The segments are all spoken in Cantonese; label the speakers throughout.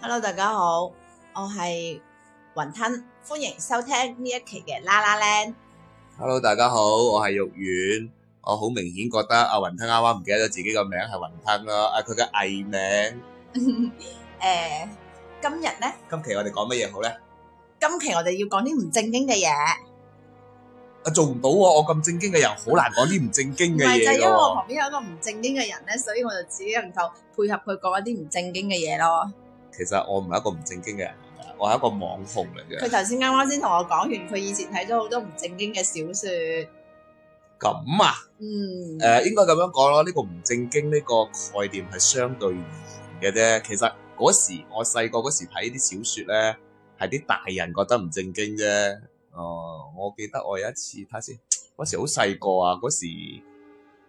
Speaker 1: Hello，大家好，我係雲吞，歡迎收聽呢一期嘅啦啦 l
Speaker 2: Hello，大家好，我係玉丸。我好明顯覺得阿雲吞啱啱唔記得咗自己個名係雲吞啦，啊佢嘅藝名。
Speaker 1: 誒、今日呢，
Speaker 2: 今期我哋講乜嘢好咧？
Speaker 1: 今期我哋要講啲唔正經嘅嘢，
Speaker 2: 啊做唔到喎、我咁正經嘅人好難講啲唔正經
Speaker 1: 唔
Speaker 2: 嘅
Speaker 1: 係就
Speaker 2: 嘢
Speaker 1: 因為我
Speaker 2: 㗎
Speaker 1: 旁邊有一個唔正經嘅人呢，所以我就自己能夠配合佢講一啲唔正經嘅嘢咯。
Speaker 2: 喎。其實我唔係一個唔正經嘅人嚟㗎，我係一個網紅嚟
Speaker 1: 佢
Speaker 2: 嘅。
Speaker 1: 頭先啱啱先同我講完，佢以前睇咗好多唔正經嘅小說，
Speaker 2: 咁啊，
Speaker 1: 嗯，
Speaker 2: 誒、應該咁樣講咯，呢、個唔正經呢個概念係相對而言嘅啫。其實嗰時我細個嗰時睇啲小説咧，係啲大人覺得唔正經啫。哦、我記得我有一次睇下先，嗰時好細個啊，嗰時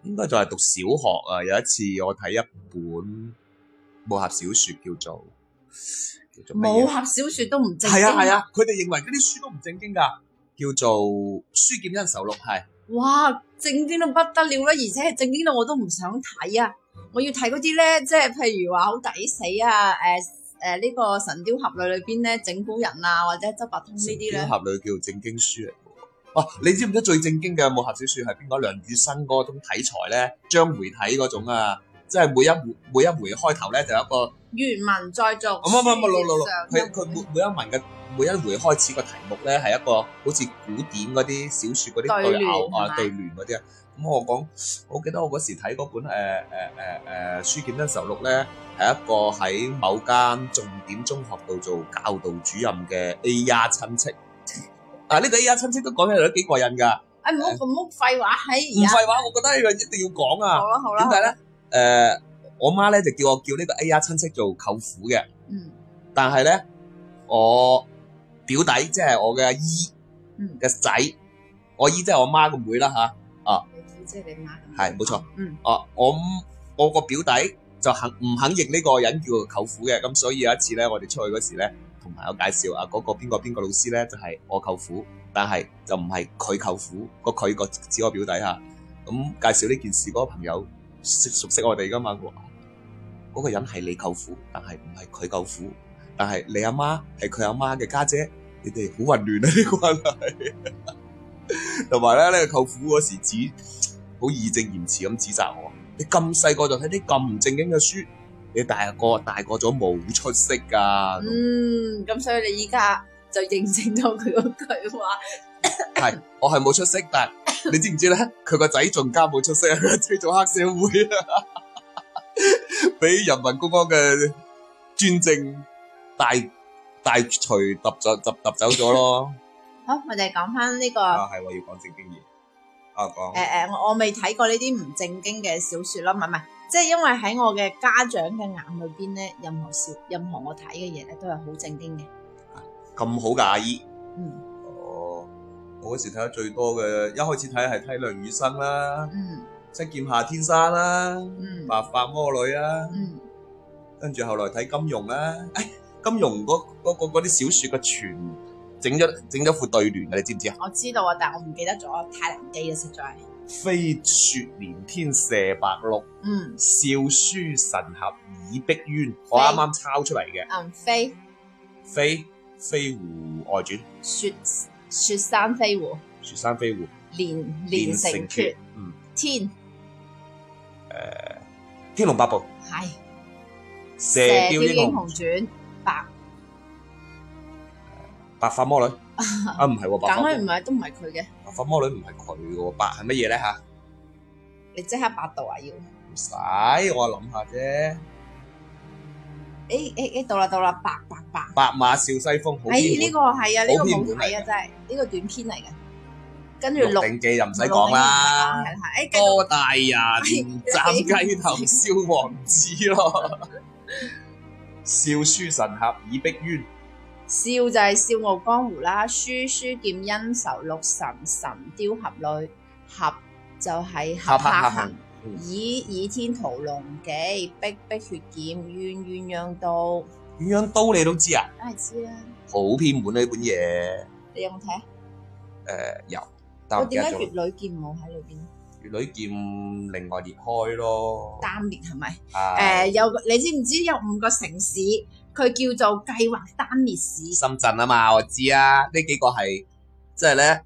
Speaker 2: 應該仲係讀小學啊。有一次我睇一本武俠小説，叫做叫做乜
Speaker 1: 武
Speaker 2: 嘢？
Speaker 1: 俠小說都唔正經，
Speaker 2: 係啊係，啊，佢哋認為嗰啲書都唔正經㗎，叫做《書劍恩仇錄》係。
Speaker 1: 哇，正經到不得了啦，而且係正經到我都唔想睇啊！我要睇嗰啲咧，即係譬如話好抵死啊，誒誒呢個《神雕俠侶》裏邊咧整蠱人啊，或者周伯通呢啲
Speaker 2: 《
Speaker 1: 咧，
Speaker 2: 俠侶》叫正經書嚟喎。哇！你知唔知最正經嘅武俠小説係邊個？梁羽生嗰種體裁咧，章回體嗰種啊，即係每一回每一回開頭咧就有一個，
Speaker 1: 原文再續，
Speaker 2: 哦唔唔唔唔，老老老，
Speaker 1: 書
Speaker 2: 佢
Speaker 1: 頁上
Speaker 2: 佢每每一文嘅每一回開始個題目咧係一個好似古典嗰啲小説嗰啲
Speaker 1: 對
Speaker 2: 對
Speaker 1: 聯
Speaker 2: 偶
Speaker 1: 係嘛
Speaker 2: 啊對聯嗰啲啊。咁我講，我記得我嗰時睇嗰本誒誒誒誒《書劍恩仇錄》咧，係一個喺某間重點中學度做教導主任嘅 A 丫親戚。啊！呢、個 A 丫親戚都講起嚟都幾過癮㗎，
Speaker 1: 哎唔好咁好廢話，喺
Speaker 2: 唔
Speaker 1: 而家
Speaker 2: 廢話，我覺得呢樣一定要講啊！
Speaker 1: 好啦好
Speaker 2: 點
Speaker 1: 啦，
Speaker 2: 解咧？誒、我媽咧就叫我叫呢個 A 丫親戚做舅父嘅。
Speaker 1: 嗯
Speaker 2: 但係咧，我表弟即係我嘅姨
Speaker 1: 嗯，
Speaker 2: 嘅仔，我姨即係我媽個妹啦吓，
Speaker 1: 即係你媽咁
Speaker 2: 係冇錯。
Speaker 1: 嗯，
Speaker 2: 哦、我我個表弟就肯唔肯認呢個人叫舅父嘅，咁所以有一次咧，我哋出去嗰時咧，同朋友介紹啊，嗰、個邊個邊個老師咧就係、我舅父，但係就唔係佢舅父，個佢個指我表弟吓。咁介紹呢件事嗰個朋友識熟悉我哋噶嘛？佢話嗰、個人係你舅父，但係唔係佢舅父，但係你阿媽係佢阿媽嘅家姐，你哋好混亂啊啲關係。 同埋咧，呢個舅父嗰時指好義正言辭咁指責我：你咁細個就睇啲咁唔正經嘅書，你大個大個咗冇出息啊㗎。
Speaker 1: 嗯，咁所以你依家就認證到佢嗰句話，
Speaker 2: 係，我係冇出息，但係你知唔知咧？佢個仔仲加冇出息，佢個仔做黑社會啊， 俾人民公安嘅專政大大錘揼咗揼揼走咗咯。
Speaker 1: 好，我哋講翻呢個。
Speaker 2: 啊，係我要講正經嘢。啊，
Speaker 1: 誒誒、
Speaker 2: 講
Speaker 1: 我我未睇過呢啲唔正經嘅小説啦，唔係唔係，即係因為喺我嘅家長嘅眼裏邊咧，任何小任何我睇嘅嘢咧都係好正經嘅。
Speaker 2: 咁好㗎，阿姨。
Speaker 1: 嗯
Speaker 2: 哦，我嗰時睇得最多嘅，一開始睇係睇梁羽生啦，
Speaker 1: 嗯
Speaker 2: 《七劍下天山》啦，
Speaker 1: 嗯
Speaker 2: 《白髮魔女》啊啦。
Speaker 1: 嗯，
Speaker 2: 跟住後來睇金融啦，哎，金融嗰嗰嗰嗰啲小説嘅全整咗整咗副對聯嘅，你知唔知啊？
Speaker 1: 我知道啊，但我唔記得咗，太難記啦，實在係。
Speaker 2: 飛雪連天射白鹿，
Speaker 1: 嗯，
Speaker 2: 笑書神俠倚碧鳶。我啱啱抄出嚟嘅
Speaker 1: 銀嗯飛
Speaker 2: 《飛飛狐外傳》《
Speaker 1: 雪雪山飛狐，
Speaker 2: 雪山飛狐
Speaker 1: 連連城訣，》
Speaker 2: 嗯，
Speaker 1: 天
Speaker 2: 《天龍八部》
Speaker 1: 係《
Speaker 2: 《射雕英雄》《
Speaker 1: 傳》白，
Speaker 2: 白髮魔女》 啊，唔係喎，
Speaker 1: 梗
Speaker 2: 白髮
Speaker 1: 係
Speaker 2: 魔
Speaker 1: 唔係都唔係佢嘅，
Speaker 2: 白髮魔女唔係佢嘅喎，白係乜嘢咧嚇？
Speaker 1: 你即刻百度啊要。
Speaker 2: 唔使，我諗下啫。
Speaker 1: 誒誒誒，到啦到啦，白白白。
Speaker 2: 白馬嘯西風，好
Speaker 1: 哎，
Speaker 2: 煙
Speaker 1: 呢個係啊，呢個
Speaker 2: 好偏
Speaker 1: 冇
Speaker 2: 門
Speaker 1: 睇啊，
Speaker 2: 嚟
Speaker 1: 真係呢個短片嚟嘅。跟住
Speaker 2: 《鹿
Speaker 1: 六
Speaker 2: 鼎記》就唔使講啦
Speaker 1: 係。啦，哎係誒，
Speaker 2: 多大人斬雞頭燒王子咯，笑書神俠倚碧鳶，
Speaker 1: 笑就係笑傲江湖啦，書書劍恩仇錄神神雕俠侶，俠就係
Speaker 2: 合
Speaker 1: 俠客
Speaker 2: 拍合
Speaker 1: 行
Speaker 2: 行，，
Speaker 1: 倚倚天屠龍記，碧碧血劍，鴛鴛鴦刀，
Speaker 2: 鴛鴦刀你都知啊，
Speaker 1: 梗係知啦。
Speaker 2: 好偏門呢本嘢，誒、
Speaker 1: 你有冇睇啊？
Speaker 2: 有，但
Speaker 1: 我
Speaker 2: 唔記得
Speaker 1: 點解
Speaker 2: 咗
Speaker 1: 越女劍冇喺裏邊？
Speaker 2: 《女劍另外裂開咯。
Speaker 1: 單列係咪？
Speaker 2: 啊
Speaker 1: 誒、有你知唔知有五個城市，佢叫做計劃單列市？
Speaker 2: 深圳啊嘛，我知啊，呢幾個係即係咧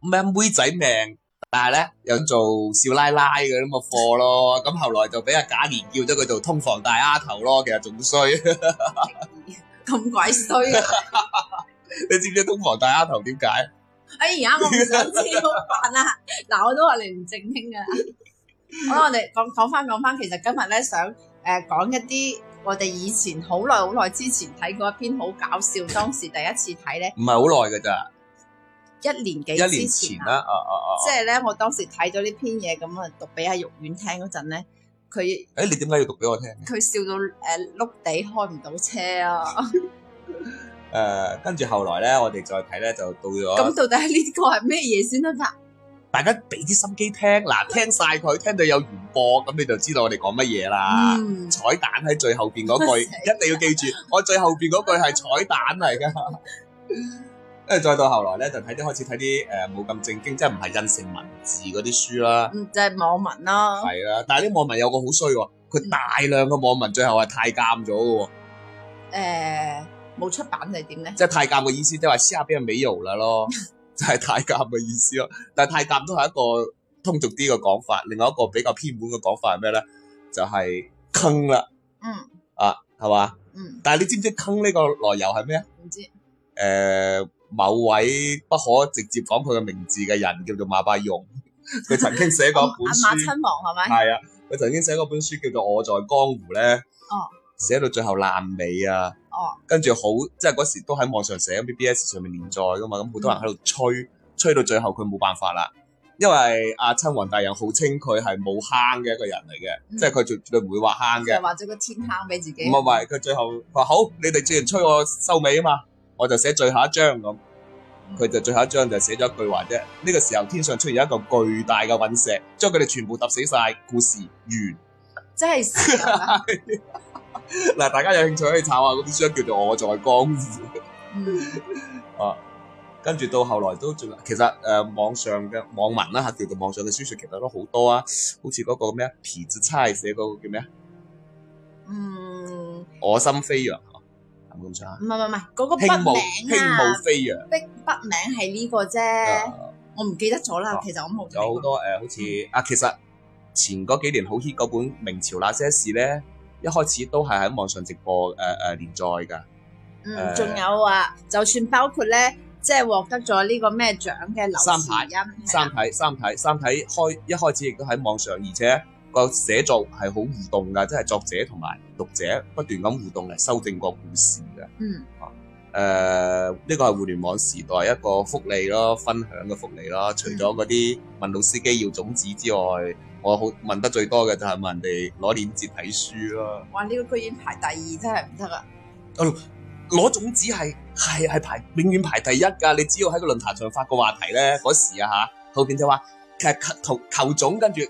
Speaker 2: 咩妹仔命，但係咧又做少奶奶嘅咁嘅貨咯。咁後來就俾阿賈連叫咗佢做通房大丫頭咯，其實仲衰。
Speaker 1: 咁鬼衰 啊！
Speaker 2: 你知唔知通房大丫頭點解？
Speaker 1: 哎呀，我唔想知點辦啊！嗱，我都話你唔正經噶。好啦，我哋講講翻講翻，其實今日咧想誒、呃講一啲我哋以前好耐好耐之前睇過一篇好搞笑，當時第一次睇咧
Speaker 2: 唔係好耐㗎咋，
Speaker 1: 一年幾
Speaker 2: 一
Speaker 1: 之前
Speaker 2: 年前
Speaker 1: 啊
Speaker 2: 啦，啊啊啊！
Speaker 1: 即係咧，我當時睇咗呢篇嘢咁啊，讀俾阿玉婉聽嗰陣咧，佢
Speaker 2: 啊誒、你點解要讀俾我聽？
Speaker 1: 佢笑到誒碌地開唔到車 啊！
Speaker 2: 誒、跟住後來咧，我哋再睇咧，就到咗
Speaker 1: 咁到底呢個係咩嘢先得啊㗎？
Speaker 2: 大家俾啲心機聽，嗱，聽晒佢，聽到有原播，咁你就知道我哋講乜嘢啦。
Speaker 1: 嗯，
Speaker 2: 彩蛋喺最後邊嗰句，
Speaker 1: 死
Speaker 2: 一定要記住，我最後邊嗰句係彩蛋嚟㗎。跟住再到後來咧，就睇啲開始睇啲誒冇咁正經，即係唔係印成文字嗰啲書啦，
Speaker 1: 嗯就係網民啦。
Speaker 2: 係啦。但係啲網民有個好衰喎，佢大量嘅網民最後係太監咗嘅喎，
Speaker 1: 誒呃冇出版定係點咧？
Speaker 2: 即係太監嘅意思，即係話下邊美容啦咯，就係太監嘅意思咯。但係太監都係一個通俗啲嘅講法，另外一個比較偏門嘅講法係咩咧？就係、坑啦，
Speaker 1: 嗯
Speaker 2: 啊，係嘛？
Speaker 1: 嗯，
Speaker 2: 但係你知唔知坑呢個來由係咩啊？
Speaker 1: 唔知
Speaker 2: 誒、呃某位不可直接講佢嘅名字嘅人叫做馬伯庸， 佢曾經寫過一本
Speaker 1: 阿哦馬
Speaker 2: 書，
Speaker 1: 親王係咪？
Speaker 2: 係啊，佢曾經寫過本書叫做《我在江湖》咧，
Speaker 1: 哦，
Speaker 2: 寫到最後爛尾啊，
Speaker 1: 哦，
Speaker 2: 跟住好即係嗰時都喺網上寫 BBS 上面連載噶嘛，咁好
Speaker 1: 嗯
Speaker 2: 多人喺度吹，吹到最後佢冇辦法啦。因為阿親王大人號稱佢係冇坑嘅一個人嚟嘅，
Speaker 1: 嗯
Speaker 2: 即係佢絕絕對唔會話坑嘅
Speaker 1: 就。話咗個天坑俾自己。
Speaker 2: 唔係唔係，啊佢最後佢話好，你哋既然催我收尾啊嘛，我就寫最後一章咁。
Speaker 1: 嗯
Speaker 2: 佢就最後一章就寫咗一句話啫。呢、個時候天上出現一個巨大嘅隕石，將佢哋全部揼死晒。故事完。
Speaker 1: 真係笑啊
Speaker 2: 嗱，大家有興趣可以炒下嗰本書，叫做《我在江湖》。
Speaker 1: 嗯
Speaker 2: 跟住到後來都仲，其實誒、呃、網上嘅網民啊啦嚇，叫做網上嘅書説，其實都好多啊。好似嗰個咩啊，皮子差寫嗰個叫咩啊，
Speaker 1: 嗯，
Speaker 2: 我心飛揚係咪咁上下？
Speaker 1: 唔係唔係唔係，嗰個
Speaker 2: 輕
Speaker 1: 筆
Speaker 2: 舞
Speaker 1: 名
Speaker 2: 輕
Speaker 1: 啊
Speaker 2: 舞，飛揚。
Speaker 1: 筆筆名係呢個
Speaker 2: 啊
Speaker 1: 啫，我唔記得咗啦
Speaker 2: 啊。
Speaker 1: 其實我冇睇
Speaker 2: 有好
Speaker 1: 過。
Speaker 2: 多誒、呃好似啊，其實前嗰幾年好 hit 嗰本《明朝那些事》咧，一開始都係喺網上直播誒誒、呃呃連載㗎。
Speaker 1: 嗯，
Speaker 2: 誒
Speaker 1: 仲有啊，就算包括咧，即係獲得咗呢個咩獎嘅劉
Speaker 2: 三
Speaker 1: 慈
Speaker 2: 牌
Speaker 1: 欣，
Speaker 2: 三體三體三體開一開始亦都喺網上，而且個寫作係好互動㗎，即係作者同埋讀者不斷咁互動嚟修正個故事㗎。
Speaker 1: 嗯
Speaker 2: 誒呢個係互聯網時代一個福利咯，分享嘅福利咯。除咗嗰啲問老司機要種子之外，我好問得最多嘅就係問人哋攞鏈接睇書咯。
Speaker 1: 哇！呢個居然排第二，真係唔得啊！
Speaker 2: 攞種子係係係排永遠排第一㗎。你只要喺個論壇上發個話題咧，嗰時啊嚇，後邊就話其實求求種，跟住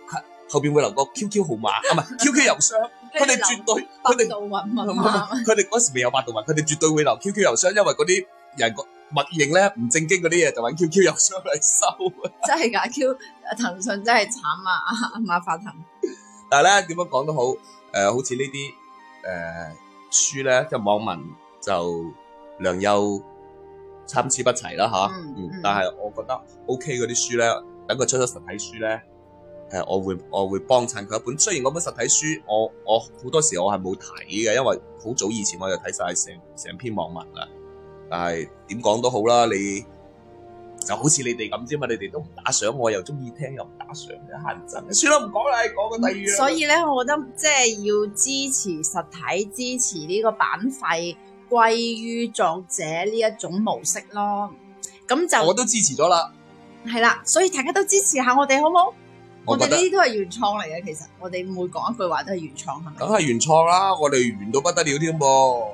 Speaker 2: 後邊會留個 QQ 號碼，啊唔係 QQ 郵箱，佢哋絕對佢
Speaker 1: 百
Speaker 2: 哋
Speaker 1: 度雲雲 啊！
Speaker 2: 佢哋嗰時未有百度雲，佢哋絕對會留 QQ 郵箱，因為嗰啲人個默認咧唔正經嗰啲嘢就揾 QQ 郵箱嚟收。
Speaker 1: 真係㗎，Q 騰訊真係慘啊！阿馬化騰，
Speaker 2: 但係咧點樣講都好，誒、好似呢啲誒書咧，即係網民就良莠參差不齊啦吓，
Speaker 1: 嗯
Speaker 2: 嗯
Speaker 1: 嗯，
Speaker 2: 但係我覺得 O K 嗰啲書咧，等佢出咗實體書咧，誒、我會我會幫襯佢一本。雖然嗰本實體書我我好多時我係冇睇嘅，因為好早以前我就睇晒成成篇網文啦。但係點講都好啦，你就好似你哋咁啫嘛，你哋都唔打賞，我又中意聽又唔打賞，一限陣。算啦，唔講啦，講個第二
Speaker 1: 嗯
Speaker 2: 樣。
Speaker 1: 所以咧，我覺得即係要支持實體，支持呢個版費歸於作者呢一種模式咯。咁
Speaker 2: 我
Speaker 1: 就
Speaker 2: 都支持咗啦。
Speaker 1: 係啦，所以大家都支持下我哋好冇？
Speaker 2: 我
Speaker 1: 我
Speaker 2: 覺
Speaker 1: 哋呢
Speaker 2: 得
Speaker 1: 啲都係原創嚟嘅，其實我哋每講一句話都係原創，係咪
Speaker 2: 梗？係原創啦，我哋原到不得了添噃。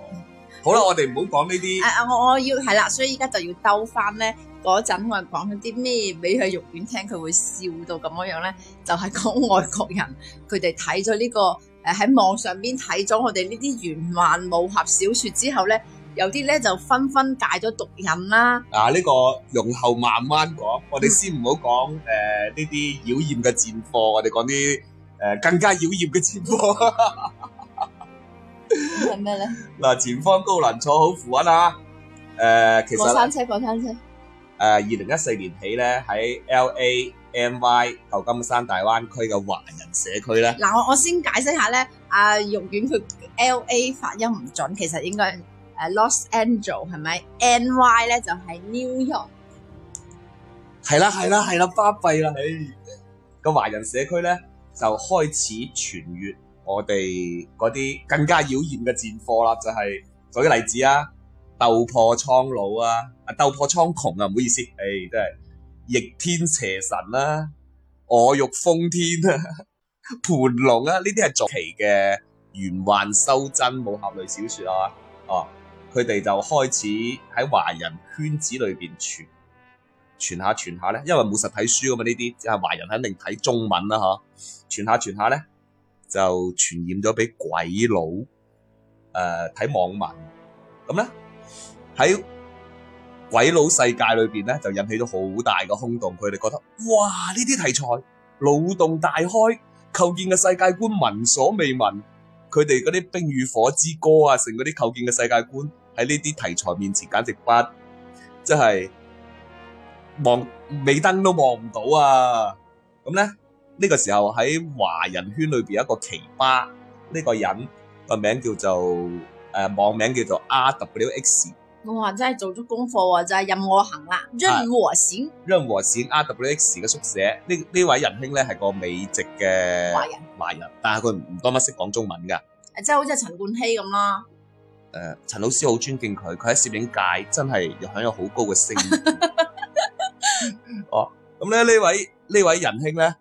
Speaker 2: 好啦，我哋唔好講呢
Speaker 1: 誒。
Speaker 2: 啲
Speaker 1: 誒，啊我我要係啦，所以依家就要兜翻咧嗰陣我係講咗啲咩俾佢肉丸聽，佢會笑到咁樣樣咧，就係、講外國人佢哋睇咗呢個誒喺網上邊睇咗我哋呢啲玄幻武俠小説之後咧，有啲咧就紛紛戒咗毒癮啦，
Speaker 2: 啊，呢、個容後慢慢講，我哋先唔好講誒呢啲妖豔嘅戰貨，我哋講啲誒更加妖豔嘅戰貨。
Speaker 1: 係咩咧？
Speaker 2: 嗱，前方高能，坐好扶穩啊！誒、其
Speaker 1: 過
Speaker 2: 實
Speaker 1: 山車，過山車，
Speaker 2: 誒二零一四年起咧，喺 L A M Y 舊金山大灣區嘅華人社區咧，
Speaker 1: 嗱，我我先解釋下咧，阿玉婉佢 L A 發音唔準，其實應該誒 Los Angeles 係咪？N Y 咧就係 New York。
Speaker 2: 係啦係啦係啦，巴閉啦，唉個華人社區咧就開始傳閱我哋嗰啲更加妖豔嘅戰貨啦，就係、舉個例子啊，鬥破蒼老啊，啊鬥破蒼穹啊，唔好意思，誒、真係逆天邪神啦、我欲封天啊， 盤龍啊，呢啲係早期嘅玄幻修真武俠類小説啊，哦，佢哋就開始喺華人圈子裏邊傳。傳下傳下咧，因為冇實體書噶嘛，呢啲即係華人肯定睇中文啦嚇。傳下傳下咧，就傳染咗俾鬼佬誒睇、網民，咁咧喺鬼佬世界裏邊咧就引起咗好大嘅轟動，佢哋覺得哇呢啲題材腦洞大開，構建嘅世界觀聞所未聞，佢哋嗰啲冰與火之歌啊，成嗰啲構建嘅世界觀喺呢啲題材面前簡直不即係〜望尾燈都望唔到啊！咁咧呢、呢個時候喺華人圈裏邊有一個奇葩，呢、個人個名叫做誒、呃、網名叫做 RWX，
Speaker 1: 我話真係做足功課啊，就係任我行啦，任我行
Speaker 2: 任和善 RWX 嘅縮寫。呢呢位仁兄咧係個美籍嘅
Speaker 1: 華人，
Speaker 2: 華人，但係佢唔多乜識講中文㗎。
Speaker 1: 誒即係好似陳冠希咁啦。
Speaker 2: 誒、呃陳老師好尊敬佢，佢喺攝影界真係又享有好高嘅聲譽。哦，咁咧呢位呢位仁兄咧，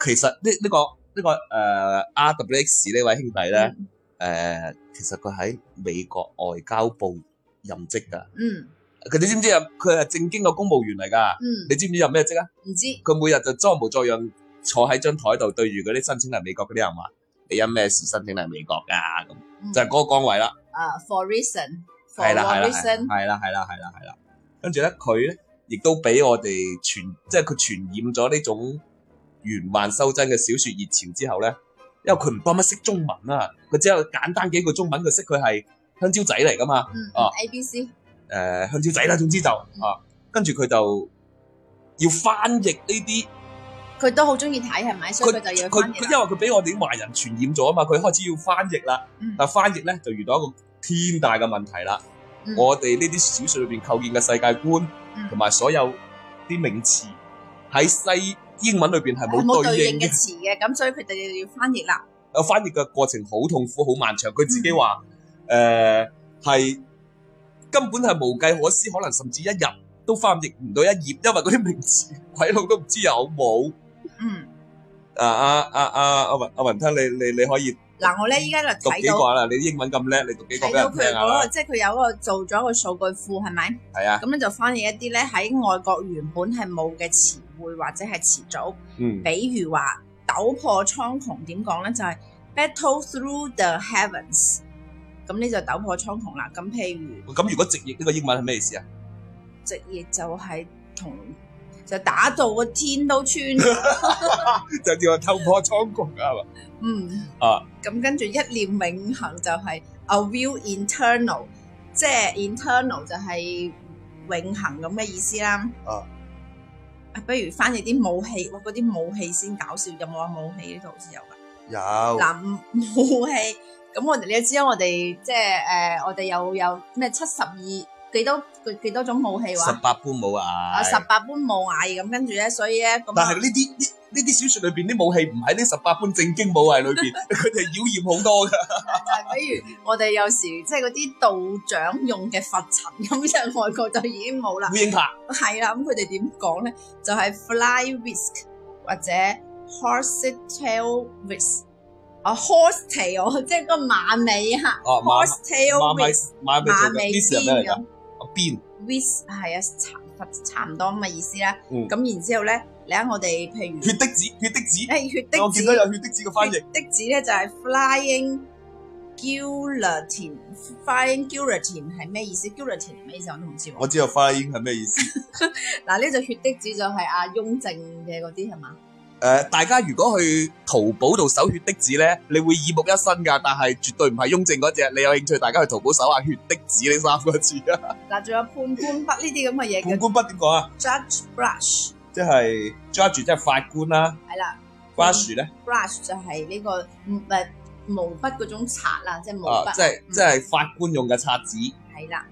Speaker 2: 其實呢呢、個呢、個誒、R 呃 W X 呢位兄弟
Speaker 1: 嗯
Speaker 2: 咧，誒、呃其實佢喺美國外交部任職㗎。
Speaker 1: 嗯
Speaker 2: 佢你知唔知啊？佢係正經嘅公務員嚟㗎。
Speaker 1: 嗯，
Speaker 2: 你知唔知任咩職啊？
Speaker 1: 唔知
Speaker 2: 佢每日就裝模作樣坐喺張台度，對住嗰啲申請嚟美國嗰啲人話：你因咩事申請嚟美國㗎？咁
Speaker 1: 嗯
Speaker 2: 就係嗰個崗位啦。
Speaker 1: 啊，for reason。
Speaker 2: 係
Speaker 1: for
Speaker 2: 啦，係
Speaker 1: what
Speaker 2: 啦，
Speaker 1: reason，
Speaker 2: 係啦，係啦，係啦，係啦。跟住咧，佢咧亦都俾我哋傳，即係佢傳染咗呢種玄幻修真嘅小説熱潮之後咧，因為佢唔多乜識中文啊，佢只有簡單幾句中文，佢識佢係香蕉仔嚟噶嘛。
Speaker 1: 嗯
Speaker 2: 哦
Speaker 1: ，A B C，
Speaker 2: 誒、香蕉仔啦，總之就啊，跟住佢就要翻譯呢啲，
Speaker 1: 佢都好中意睇係咪？所以佢就要
Speaker 2: 佢
Speaker 1: 翻
Speaker 2: 佢
Speaker 1: 譯啊
Speaker 2: 因
Speaker 1: 啦。
Speaker 2: 為佢俾我哋啲華人傳染咗啊嘛，佢開始要翻譯啦
Speaker 1: 嗯，
Speaker 2: 但翻譯咧就遇到一個天大嘅問題啦。
Speaker 1: 嗯
Speaker 2: 我哋呢啲小説裏邊構建嘅世界觀，
Speaker 1: 嗯
Speaker 2: 同埋所有啲名詞喺西英文裏邊係
Speaker 1: 係冇
Speaker 2: 冇對
Speaker 1: 對
Speaker 2: 應
Speaker 1: 應嘅
Speaker 2: 嘅。
Speaker 1: 詞嘅，咁所以佢哋就要翻譯啦。
Speaker 2: 有翻譯嘅過程好痛苦、好漫長。佢自己話
Speaker 1: 嗯
Speaker 2: 誒係根本係無計可施，可能甚至一日都翻譯唔到一頁，因為嗰啲名詞 鬼佬都唔知有冇。
Speaker 1: 嗯，
Speaker 2: 啊啊啊啊！阿雲阿雲吞，你你你可以
Speaker 1: 嗱，我咧依家就
Speaker 2: 嗯讀幾
Speaker 1: 睇到
Speaker 2: 個啦。啊你英文咁叻，你讀幾個
Speaker 1: 睇
Speaker 2: 俾
Speaker 1: 到
Speaker 2: 人聽
Speaker 1: 佢
Speaker 2: 下
Speaker 1: 嗰
Speaker 2: 啦
Speaker 1: 個，。即係佢有一個做咗一個數據庫係咪？
Speaker 2: 係啊，
Speaker 1: 咁咧就翻譯一啲咧喺外國原本係冇嘅詞彙或者係詞組。
Speaker 2: 嗯，
Speaker 1: 比如話陡破蒼穹點講咧，就係、battle through the heavens。咁呢就陡破蒼穹啦。咁譬如
Speaker 2: 咁如果直譯呢個英文係咩意思啊？
Speaker 1: 直譯就係同就打到個天都穿，
Speaker 2: 就叫我透破蒼穹啊係嘛！
Speaker 1: 嗯
Speaker 2: 啊。
Speaker 1: 咁跟住一念永恆就係 a will internal，即係 internal 就係永恆咁嘅意思啦。
Speaker 2: 啊
Speaker 1: 啊。不如翻譯啲武器，哇！嗰啲武器先搞笑，有冇啊？武器呢度好似有㗎。
Speaker 2: 有
Speaker 1: 嗱，唔武器，咁我哋你都知啦，啊我哋即係誒、呃我哋有有咩七十二幾多幾幾多種武器
Speaker 2: 十
Speaker 1: 話
Speaker 2: 八般武
Speaker 1: 啊
Speaker 2: 藝。
Speaker 1: 十八般武藝咁，跟住咧，所以咧咁
Speaker 2: 但
Speaker 1: 啊
Speaker 2: 係呢啲呢呢啲小説裏邊啲武器唔喺呢十八般正經武藝裏 邊，佢哋妖豔好多㗎。
Speaker 1: 就係啊比如我哋有時即係嗰啲道長用嘅佛塵咁，即係外國就已經冇啦，
Speaker 2: 烏蠅拍
Speaker 1: 係啦，咁佢哋點講咧？就係、fly whisk 或者 horse tail whisk，啊 horse tail 即係個馬尾啊
Speaker 2: 哦，馬
Speaker 1: ，horse tail
Speaker 2: 馬尾
Speaker 1: whisk
Speaker 2: 馬尾
Speaker 1: 馬
Speaker 2: 做
Speaker 1: 尾
Speaker 2: 嘅，呢是
Speaker 1: 邊
Speaker 2: 係咩嚟
Speaker 1: 咁
Speaker 2: 㗎？。啊邊
Speaker 1: whis 係啊，差差唔多咁嘅意思啦。
Speaker 2: 嗯
Speaker 1: 咁、然之後咧，你睇我哋譬如哎
Speaker 2: 血滴子，血滴子，
Speaker 1: 誒血滴
Speaker 2: 我
Speaker 1: 子
Speaker 2: 見到有血滴子嘅翻
Speaker 1: 血
Speaker 2: 譯。
Speaker 1: 滴子咧就係 flying guillotine，flying guillotine 係咩意思？guillotine 係咩意思？我都唔知
Speaker 2: 我
Speaker 1: 喎。
Speaker 2: 知道花英係咩意思。
Speaker 1: 嗱，呢隻血滴子就係阿雍正嘅嗰啲係嘛？
Speaker 2: 誒、呃大家如果去淘寶度搜血滴子咧，你會耳目一新㗎，但係絕對唔係雍正嗰只。你有興趣，大家去淘寶搜下血滴子呢三個字啊。
Speaker 1: 嗱，仲有判官筆呢啲咁嘅嘢
Speaker 2: 判
Speaker 1: 叫
Speaker 2: 官筆點講啊？
Speaker 1: judge brush，
Speaker 2: 即係 judge 即係法官啦
Speaker 1: 係啦
Speaker 2: b r u s h 咧
Speaker 1: brush 就係呢、個嗯唔誒毛筆嗰種刷啦，即係毛
Speaker 2: 啊，
Speaker 1: 筆
Speaker 2: 即係即係法官用嘅刷子。
Speaker 1: 係啦。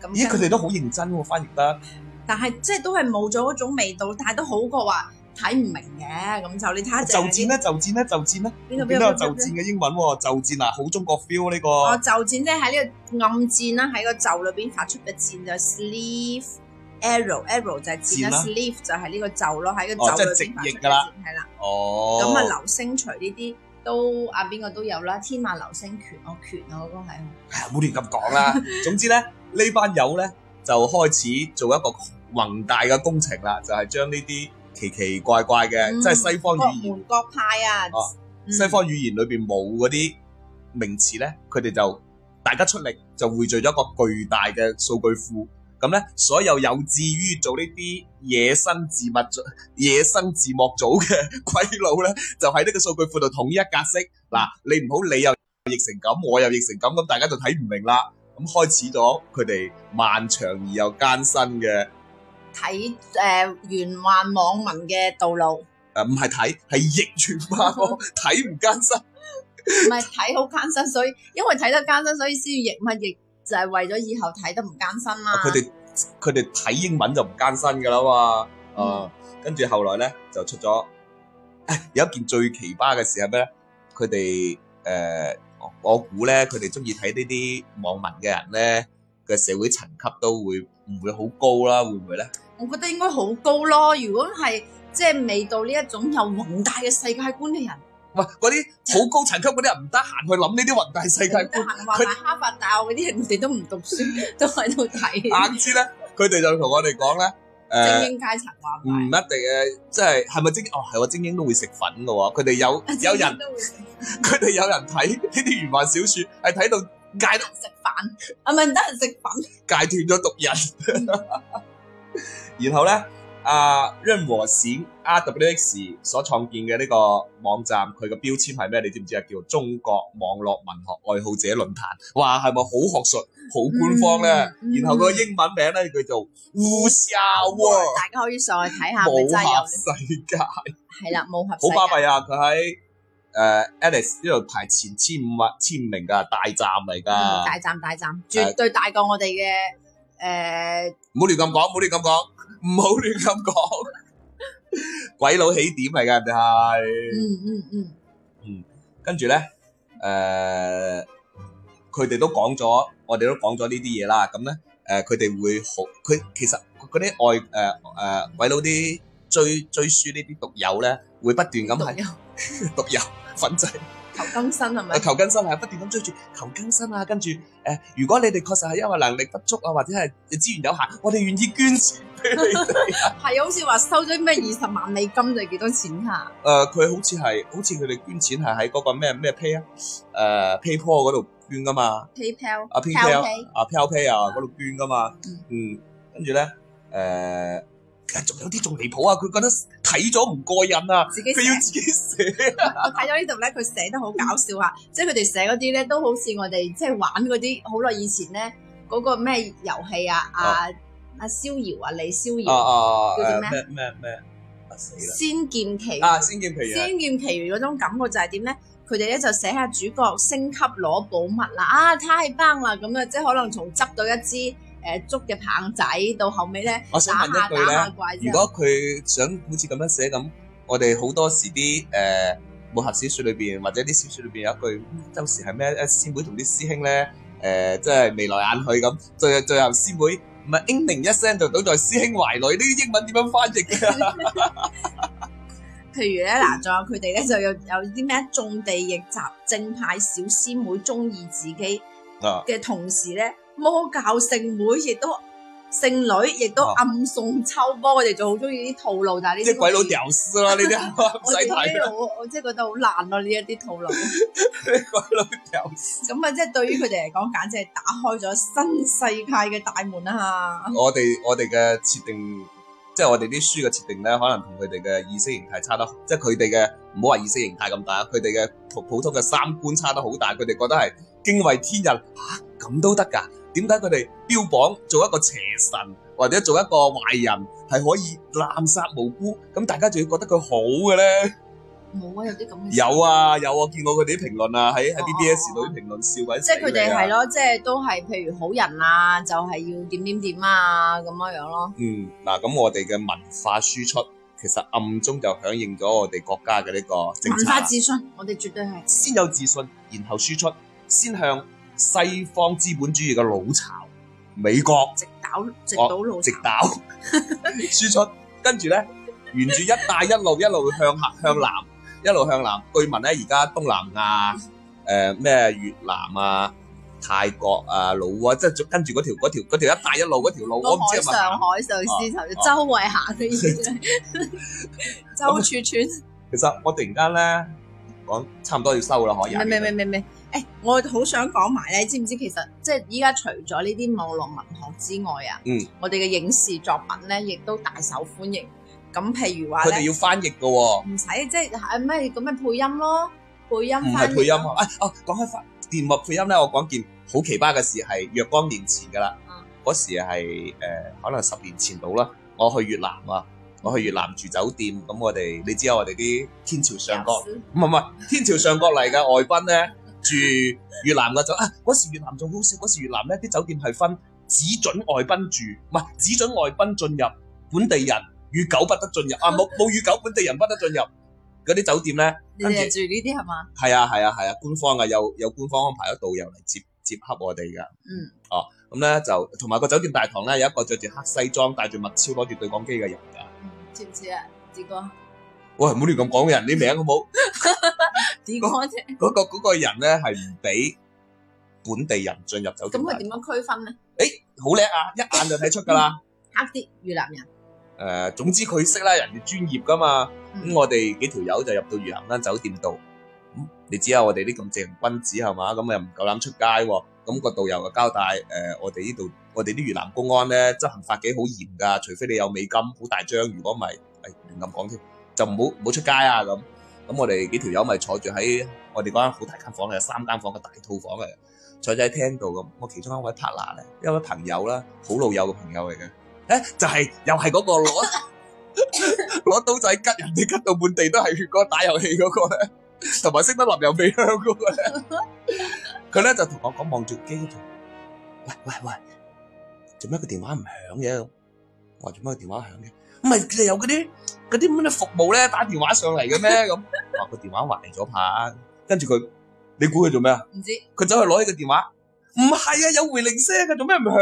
Speaker 1: 咁
Speaker 2: 咦，佢
Speaker 1: 跟
Speaker 2: 哋都好認真喎、翻譯得。
Speaker 1: 但係即係都係冇咗嗰種味道，但係都好過話睇唔明嘅咁就你睇下
Speaker 2: 啊就戰咧，就戰咧，就戰咧，
Speaker 1: 邊度
Speaker 2: 邊
Speaker 1: 邊
Speaker 2: 度有啊
Speaker 1: 度
Speaker 2: 就戰嘅英文喎、就戰啊，好中國 feel 呢、個。
Speaker 1: 哦，袖箭即係喺呢個暗箭啦，喺個袖裏邊發出嘅箭就係 sleeve arrow arrow 就係箭
Speaker 2: 箭
Speaker 1: 啦
Speaker 2: 啦
Speaker 1: ，sleeve 就係呢個袖咯，喺個
Speaker 2: 哦
Speaker 1: 袖裏邊發
Speaker 2: 即係
Speaker 1: 出
Speaker 2: 直
Speaker 1: 嘅
Speaker 2: 翼
Speaker 1: 箭
Speaker 2: 㗎啦
Speaker 1: 係啦。
Speaker 2: 哦。
Speaker 1: 咁啊，流星錘呢啲都啊邊個都有啦，天馬流星拳我拳我嗰個係
Speaker 2: 唉唔好亂咁 講啦。總之咧，呢班友咧就開始做一個宏大嘅工程啦，就係將呢啲奇奇怪怪嘅，
Speaker 1: 嗯
Speaker 2: 即係西方
Speaker 1: 各
Speaker 2: 語言、
Speaker 1: 門各派啊
Speaker 2: 哦，
Speaker 1: 嗯
Speaker 2: 西方語言裏邊冇嗰啲名詞咧，佢哋就大家出力就匯聚咗一個巨大嘅數據庫。咁咧，所有有志於做呢啲野生字幕組、野生字幕組嘅鬼佬咧，就喺呢個數據庫度統一格式。嗱，你唔好理又譯成咁，我又譯成咁，咁大家就睇唔明啦。咁開始咗佢哋漫長而又艱辛嘅，
Speaker 1: 睇誒玄幻網民嘅道路，
Speaker 2: 誒唔係睇，係逆轉化咯，睇唔艱辛。
Speaker 1: 唔係睇好艱辛，所以因為睇得艱辛，所以先要逆乜逆就係為咗以後睇得唔艱辛啦。
Speaker 2: 佢哋佢哋睇英文就唔艱辛噶啦嘛，啊，
Speaker 1: 嗯
Speaker 2: 跟住後來咧就出咗，唉有一件最奇葩嘅事係咩咧？佢哋誒，我我估咧佢哋中意睇呢啲網民嘅人咧嘅社會層級都會唔會好高啦？會唔會咧？
Speaker 1: 我覺得應該好高咯。如果係即係未到呢一種有宏大嘅世界觀嘅人，
Speaker 2: 喂，嗰啲好高層級嗰啲人唔得閒去諗呢啲宏大世界
Speaker 1: 得
Speaker 2: 觀。
Speaker 1: 閒話埋哈佛大學嗰啲人，我哋都唔讀書， 都喺度睇
Speaker 2: 硬知咧，佢哋就同我哋講咧，誒、
Speaker 1: 精英階層話
Speaker 2: 唔一定
Speaker 1: 埋。
Speaker 2: 嘅，即係係咪精？哦，係喎，精英都會食粉嘅喎，佢哋有
Speaker 1: 啊
Speaker 2: 嗯有人。
Speaker 1: 都會食
Speaker 2: 佢哋有人睇 呢啲玄幻小説，係睇到戒
Speaker 1: 得閒食飯，啊唔係得閒食粉，
Speaker 2: 戒斷咗毒癮。 然後咧，阿任和閃 RWX 所創建嘅呢個網站，佢嘅標籤係咩？你知唔知啊？叫中國網絡文學愛好者論壇。哇，係咪好學術、好官方咧？
Speaker 1: 嗯嗯
Speaker 2: 然後個英文名咧叫做烏沙窩
Speaker 1: 大家可以上去睇下，咪
Speaker 2: 武
Speaker 1: 真係
Speaker 2: 俠
Speaker 1: 有
Speaker 2: 世界，好
Speaker 1: 係啦，武俠世
Speaker 2: 巴
Speaker 1: 界。
Speaker 2: 閉啊！佢喺誒 Alice 呢度排前千五啊，千五名㗎，大站嚟
Speaker 1: 嗯
Speaker 2: 㗎。
Speaker 1: 大站大站，絕對大過我哋嘅誒
Speaker 2: 唔好亂咁講，唔好亂咁講，唔好亂咁講。 鬼佬起點嚟㗎，人哋係。
Speaker 1: 嗯嗯嗯
Speaker 2: 跟住咧，誒、佢哋都講咗，我哋都講咗呢啲嘢啦。咁咧，誒、佢哋會好，佢其實嗰啲外誒誒、鬼佬啲追追書呢啲毒友咧，會不斷咁
Speaker 1: 讀
Speaker 2: 係
Speaker 1: 有
Speaker 2: 毒友粉仔。
Speaker 1: 求更新係咪
Speaker 2: 啊？求更新係不斷咁追住求更新啊，跟住誒、呃如果你哋確實係因為能力不足啊，或者係資源有限，我哋願意捐錢俾你哋。
Speaker 1: 係啊好似話收咗咩二十萬美金就幾多錢㗎？
Speaker 2: 誒，呃佢、好似係，好似佢哋捐錢係喺嗰個咩咩 Pay 啊，誒、PayPal 嗰度捐噶嘛，
Speaker 1: PayPal、
Speaker 2: 啊 PayPal
Speaker 1: Pay
Speaker 2: 啊 PayPal Pay 啊嗰度捐噶嘛
Speaker 1: 嗯，
Speaker 2: 嗯，跟住咧誒，其實仲有啲仲離譜啊，佢覺得睇咗唔過癮啊，
Speaker 1: 自己
Speaker 2: 佢
Speaker 1: 寫
Speaker 2: 要自己 寫，
Speaker 1: 我睇咗呢度咧，佢寫得好搞笑啊！即係佢哋寫嗰啲咧，都好似我哋即係玩嗰啲好耐以前咧嗰、個咩遊戲啊，啊
Speaker 2: 哦
Speaker 1: 啊逍遙啊，李逍
Speaker 2: 啊
Speaker 1: 遙，
Speaker 2: 啊
Speaker 1: 叫做
Speaker 2: 誒
Speaker 1: 咩
Speaker 2: 咩咩咩啊死啦，
Speaker 1: 仙劍奇緣，
Speaker 2: 啊仙劍奇緣
Speaker 1: 仙劍奇緣嗰種感覺就係點咧？佢哋咧就寫下主角升級攞寶物啦，啊太棒啦咁啊！即係可能從執到一支誒、呃竹嘅棒仔，到後尾咧
Speaker 2: 我想
Speaker 1: 打
Speaker 2: 問
Speaker 1: 下
Speaker 2: 一
Speaker 1: 打
Speaker 2: 句咧
Speaker 1: 下。怪之
Speaker 2: 如
Speaker 1: 後，
Speaker 2: 果佢想好似咁樣寫咁，我哋好多時啲誒、呃武俠小説裏邊或者啲小説裏邊有一句，嗯周時係咩？誒師妹同啲師兄咧誒、呃即係眉來眼去咁，最最後師妹唔係應鈴一聲就倒在師兄懷裏，呢啲英文點樣翻譯嘅？
Speaker 1: 譬如咧嗱，仲有佢哋咧就有有啲咩種地逆襲正派小師妹中意自己。
Speaker 2: 啊，
Speaker 1: 嘅同時咧，魔教聖妹亦都聖女，亦都
Speaker 2: 啊
Speaker 1: 暗送秋波。我哋就好中意啲套路，但係呢
Speaker 2: 即係
Speaker 1: 啲
Speaker 2: 鬼佬
Speaker 1: 好似
Speaker 2: 屌絲啦，呢啲唔
Speaker 1: 我
Speaker 2: 使
Speaker 1: 哋
Speaker 2: 睇啊
Speaker 1: 呢
Speaker 2: 啦，
Speaker 1: 度我我真係覺得好爛咯呢一啲套路， 咁
Speaker 2: 鬼佬屌絲。
Speaker 1: 啊即係對於佢哋嚟講，簡直係打開咗新世界嘅大門啊！
Speaker 2: 我哋我哋嘅設定，即係我哋啲書嘅設定咧，可能同佢哋嘅意識形態差得，即係佢哋嘅唔好話意識形態咁大，佢哋嘅同普通嘅三觀差得好大，佢哋覺得係驚為天人吓咁都得㗎？點解佢哋標榜做一個邪神或者做一個壞人係可以濫殺無辜？咁大家仲要覺得佢好嘅咧？
Speaker 1: 冇啊，有啲咁嘅
Speaker 2: 有啊有啊，見過佢哋啲評論啊，喺喺
Speaker 1: 哦
Speaker 2: BBS 度啲評論笑鬼啊
Speaker 1: 即係佢哋係
Speaker 2: 咯，
Speaker 1: 咯，即係都係譬如好人啊，就係、要點點點啊咁樣樣咯。
Speaker 2: 嗯嗱，咁我哋嘅文化輸出。其實暗中就響應咗我哋國家嘅呢個政
Speaker 1: 文
Speaker 2: 策
Speaker 1: 化
Speaker 2: 啦，
Speaker 1: 自信，我哋絕對係
Speaker 2: 先有自信，然後輸出，先向西方資本主義嘅老巢美國
Speaker 1: 直倒直倒路
Speaker 2: 直打 輸出，跟住呢，沿住一帶一路一路向下向南，一路向南。據聞呢，而家東南亞誒呃咩、越南啊、泰國啊、老撾，即係跟住嗰條嗰條嗰條一帶一路嗰條路，我
Speaker 1: 個
Speaker 2: 唔
Speaker 1: 海
Speaker 2: 知係咪啊
Speaker 1: 上海上絲綢，周圍行嘅意思就係周處
Speaker 2: 其實我突然間咧講差唔多要收啦，可以。啊
Speaker 1: 轉，明明明明。誒，我好想講埋咧，知唔知其實即係依家除咗呢啲網絡文學之外啊，
Speaker 2: 嗯，
Speaker 1: 我哋嘅影視作品咧，亦都大受歡迎。咁譬如話
Speaker 2: 佢哋
Speaker 1: 咧，
Speaker 2: 要翻譯嘅
Speaker 1: 唔
Speaker 2: 喎，
Speaker 1: 使即係係咩咁嘅配音咯，配
Speaker 2: 唔
Speaker 1: 音
Speaker 2: 係
Speaker 1: 翻
Speaker 2: 配音
Speaker 1: 譯
Speaker 2: 啊！哎哦，講開翻電幕配音咧，我講件好奇葩嘅事係若干年前㗎啦
Speaker 1: 嗯。
Speaker 2: 嗰時係誒、呃可能十年前到啦。我去越南啊，我去越南住酒店，咁我哋你知啊，我哋啲天朝上國。唔係唔係，天朝上國嚟嘅外賓咧住越南嘅酒啊，嗰時越南仲好少，嗰時越南咧啲酒店係分只準外賓住，唔係只準外賓進入，本地人與狗不得進入啊，冇冇與狗本地人不得進入嗰啲酒店咧，
Speaker 1: 你哋係住呢啲係嘛？
Speaker 2: 係啊係啊係啊，官方嘅有有官方安排咗導遊嚟接接洽我哋噶，
Speaker 1: 嗯，
Speaker 2: 哦咁咧就同埋個酒店大堂咧有一個着住黑西裝、戴住墨超、攞住對講機嘅人㗎。
Speaker 1: 嗯知唔知啊？志哥，
Speaker 2: 喂，唔好亂咁講人啲名好冇？
Speaker 1: 志哥啫，
Speaker 2: 嗰、個嗰個人咧係唔俾本地人進入
Speaker 1: 咁
Speaker 2: 酒店大
Speaker 1: 佢
Speaker 2: 堂，
Speaker 1: 點樣區分咧？
Speaker 2: 好叻啊！一眼就睇出㗎啦。
Speaker 1: 黑啲越南人，
Speaker 2: 誒、呃總之佢識啦，人哋專業㗎嘛。咁、
Speaker 1: 嗯
Speaker 2: 我哋幾條友就入到越南間酒店度。咁你知啊，我哋啲咁正君子係嘛，咁又唔夠膽出街喎、咁、個導遊就交代誒、我哋呢度我哋啲越南公安咧執行法紀好嚴㗎，除非你有美金好大張，如果唔係，誒哎亂咁講添，就唔好唔好出街啊咁。咁我哋幾條友咪坐住喺我哋嗰間好大間房嘅，三間房嘅大套房嚟嘅，坐咗喺廳度咁。我其中一位 partner 咧，一位朋友啦，好老友嘅朋友嚟嘅，誒、就係、又係嗰個攞攞刀仔吉人哋吉到滿地都係血嗰個打遊戲嗰個咧，同埋識得淋油味香嗰個咧，佢咧就同我講望住機度，喂喂喂，做咩個電話唔響嘅？我話做咩個電話響嘅？唔係佢哋有嗰啲嗰啲咁嘅服務咧，打電話上嚟嘅咩？咁話個電話壞咗牌，跟住佢，你估佢做咩啊？
Speaker 1: 唔知
Speaker 2: 佢走去攞起個電話，唔係啊，有回鈴聲嘅，做咩唔響？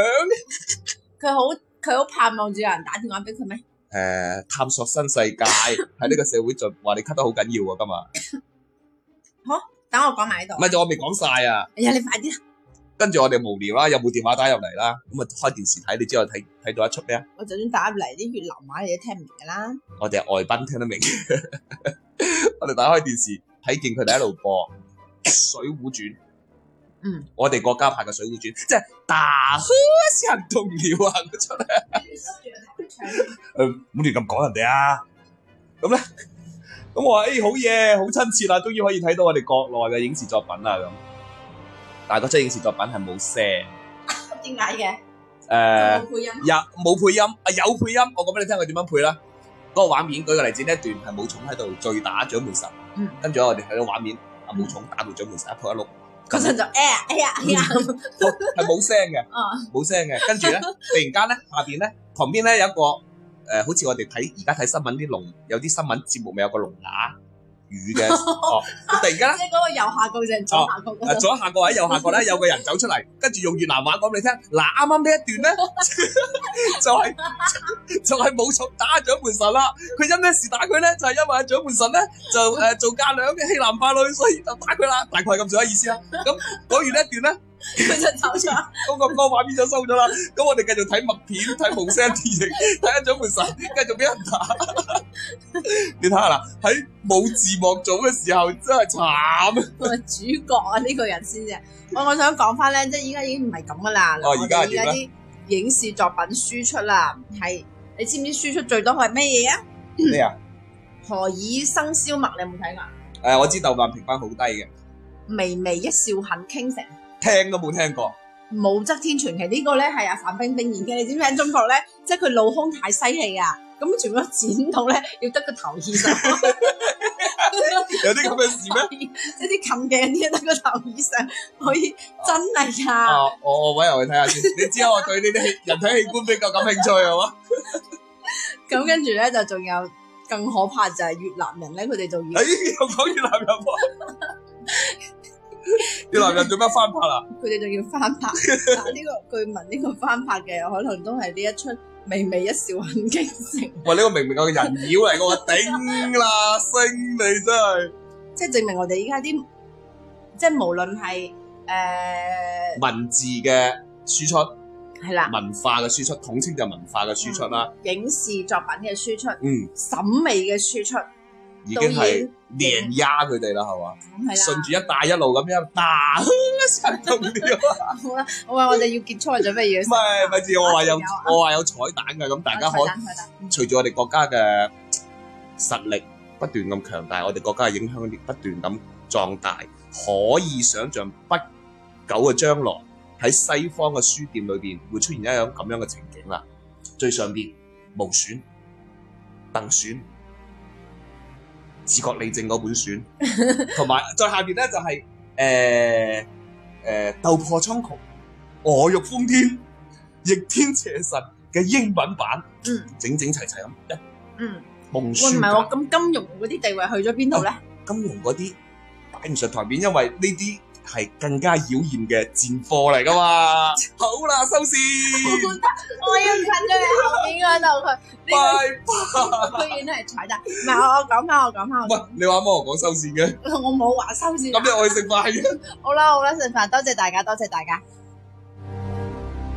Speaker 1: 佢好佢好盼望住有人打電話俾佢咩？
Speaker 2: 誒、呃探索新世界喺呢個社會進，話你咳得好緊要啊，
Speaker 1: 等我講埋呢
Speaker 2: 今日唔
Speaker 1: 度。
Speaker 2: 係我未講晒啊。
Speaker 1: 哎呀，你快啲啦！
Speaker 2: 跟住我哋無聊啊啦，有部電話打入嚟啦，咁啊開電視睇，你知我睇睇到一出咩啊？
Speaker 1: 我就算打入嚟啲越南話，你都聽唔明㗎啦。
Speaker 2: 我哋係外賓聽得明， 我哋打開電視睇見佢哋喺度播《水滸傳》，
Speaker 1: 嗯，
Speaker 2: 我哋國家拍嘅《水滸傳》，即係大河向東流啊嗰出咧，誒唔好亂咁講人哋啊，咁咧，咁我話誒好嘢，好親切啦，終於可以睇到我哋國內嘅影視作品啦咁，但係嗰出影視作品係冇聲，誒、
Speaker 1: 點 解嘅？
Speaker 2: À,
Speaker 1: 有冇配音
Speaker 2: 有冇配音啊？有配音，我講俾你聽佢點樣配啦。嗰、個畫面，舉個例子，呢一段係武松喺度醉打掌門神，
Speaker 1: 嗯
Speaker 2: 跟住我哋睇到畫面，阿武松打到掌門神一撲一碌，
Speaker 1: 嗰陣就哎呀哎呀哎 呀！
Speaker 2: 係冇聲嘅
Speaker 1: 啊，
Speaker 2: 冇聲嘅。跟住咧，突然間咧，下邊咧，旁邊咧有一個誒、呃好似我哋睇而家睇新聞啲龍，有啲新聞節目咪有個龍牙語嘅，哦，突然間 呢
Speaker 1: 即係嗰個右下角定左下角
Speaker 2: 啊
Speaker 1: 嗰度？
Speaker 2: 左下角或者右下角咧，有個人走出嚟，跟住用越南話講俾你聽。嗱，啱啱呢 一段咧，就係、 就係武松打掌門神啦。佢因咩事打佢咧？就係、因為掌門神咧就誒、呃做嫁娘嘅欺男霸女，所以就打佢啦。大概係咁上下意思啦。咁講完呢一段咧，
Speaker 1: 佢就走咗。
Speaker 2: 嗰個歌畫面就收咗啦。咁我哋繼續睇默片，睇紅聲電影，睇一掌門神，繼續俾人打。你睇下啦，喺冇字幕組嘅時候真係慘。
Speaker 1: 我主角啊呢、個人先啫。我我想講翻咧，即係依家已經唔係咁噶啦。
Speaker 2: 哦
Speaker 1: 嗱
Speaker 2: 而家
Speaker 1: 我哋
Speaker 2: 係點
Speaker 1: 啲影視作品輸出啦，係你知唔知輸出最多係咩嘢啊？
Speaker 2: 咩啊？
Speaker 1: 何以笙簫默你有冇睇過啊？
Speaker 2: 誒、我知豆瓣評分好低嘅，
Speaker 1: 微微一笑很傾城。
Speaker 2: 聽都冇聽過。
Speaker 1: 武則天傳奇呢個咧係阿范冰冰演嘅，你知唔知喺中國咧，即係佢露胸太犀利啊，咁全部都剪到咧要得個頭以 上，
Speaker 2: 有啲咁嘅事咩？
Speaker 1: 即係啲近鏡啲得個頭以上，可以真係㗎。
Speaker 2: 啊，我我揾人去睇下先。你知我對呢啲器人體器官比較感興趣係嘛？
Speaker 1: 咁跟住咧就仲有更可怕就係越南人咧，佢哋仲要
Speaker 2: 誒、哎又講越南人喎。越南人做咩翻拍啊？
Speaker 1: 佢哋仲要翻 拍。嗱呢個據聞呢個翻拍嘅可能都係呢一出微微一笑很傾城，
Speaker 2: 喂，呢、個明明係個人妖嚟嘅，我頂啦，星你真係
Speaker 1: 即係證明我哋依家啲即係無論係誒
Speaker 2: 文字嘅輸出。
Speaker 1: 係啦。
Speaker 2: 文化嘅輸出，統稱就文化嘅輸出啦。
Speaker 1: 影視作品嘅輸出、
Speaker 2: 嗯，
Speaker 1: 審美嘅輸出，
Speaker 2: 已
Speaker 1: 導
Speaker 2: 經係
Speaker 1: 演
Speaker 2: 碾壓佢哋啦，係嘛？
Speaker 1: 梗係
Speaker 2: 順
Speaker 1: 啦。
Speaker 2: 住一帶一路 咁樣打，神 通啲啊
Speaker 1: 我話我哋要結束啦，準備要
Speaker 2: 唔係，咪住我話有
Speaker 1: 有啊
Speaker 2: 我話有彩蛋㗎，咁大家可
Speaker 1: 彩蛋彩蛋
Speaker 2: 隨住我哋國家嘅實力不斷咁強大，我哋國家嘅影響力不斷咁壯大，可以想象不久嘅將來喺西方嘅書店裏邊會出現一樣咁樣嘅情景啦。最上邊無選、鄧選、自覺理政嗰本選，同埋再下邊咧就係誒誒鬥破蒼穹、我欲瘋天、逆天邪神嘅英文版。
Speaker 1: 嗯
Speaker 2: 整整齊齊咁一
Speaker 1: 嗯，
Speaker 2: 夢
Speaker 1: 喂唔
Speaker 2: 書
Speaker 1: 係我
Speaker 2: 版，
Speaker 1: 咁金融嗰啲地位去咗邊度咧？
Speaker 2: 金融嗰啲擺唔上台面，因為呢啲係更加妖豔嘅戰貨嚟噶嘛。好啦，收線，
Speaker 1: 我要近咗後面嗰度佢，呢
Speaker 2: 拜拜。
Speaker 1: 個居然係彩蛋。唔係我我講翻我講翻我
Speaker 2: 喂，你話乜我講收線嘅？
Speaker 1: 講，我冇話收線。啊
Speaker 2: 咁你我去食飯嘅。
Speaker 1: 好啦好啦，食飯，多謝大家，多謝大家。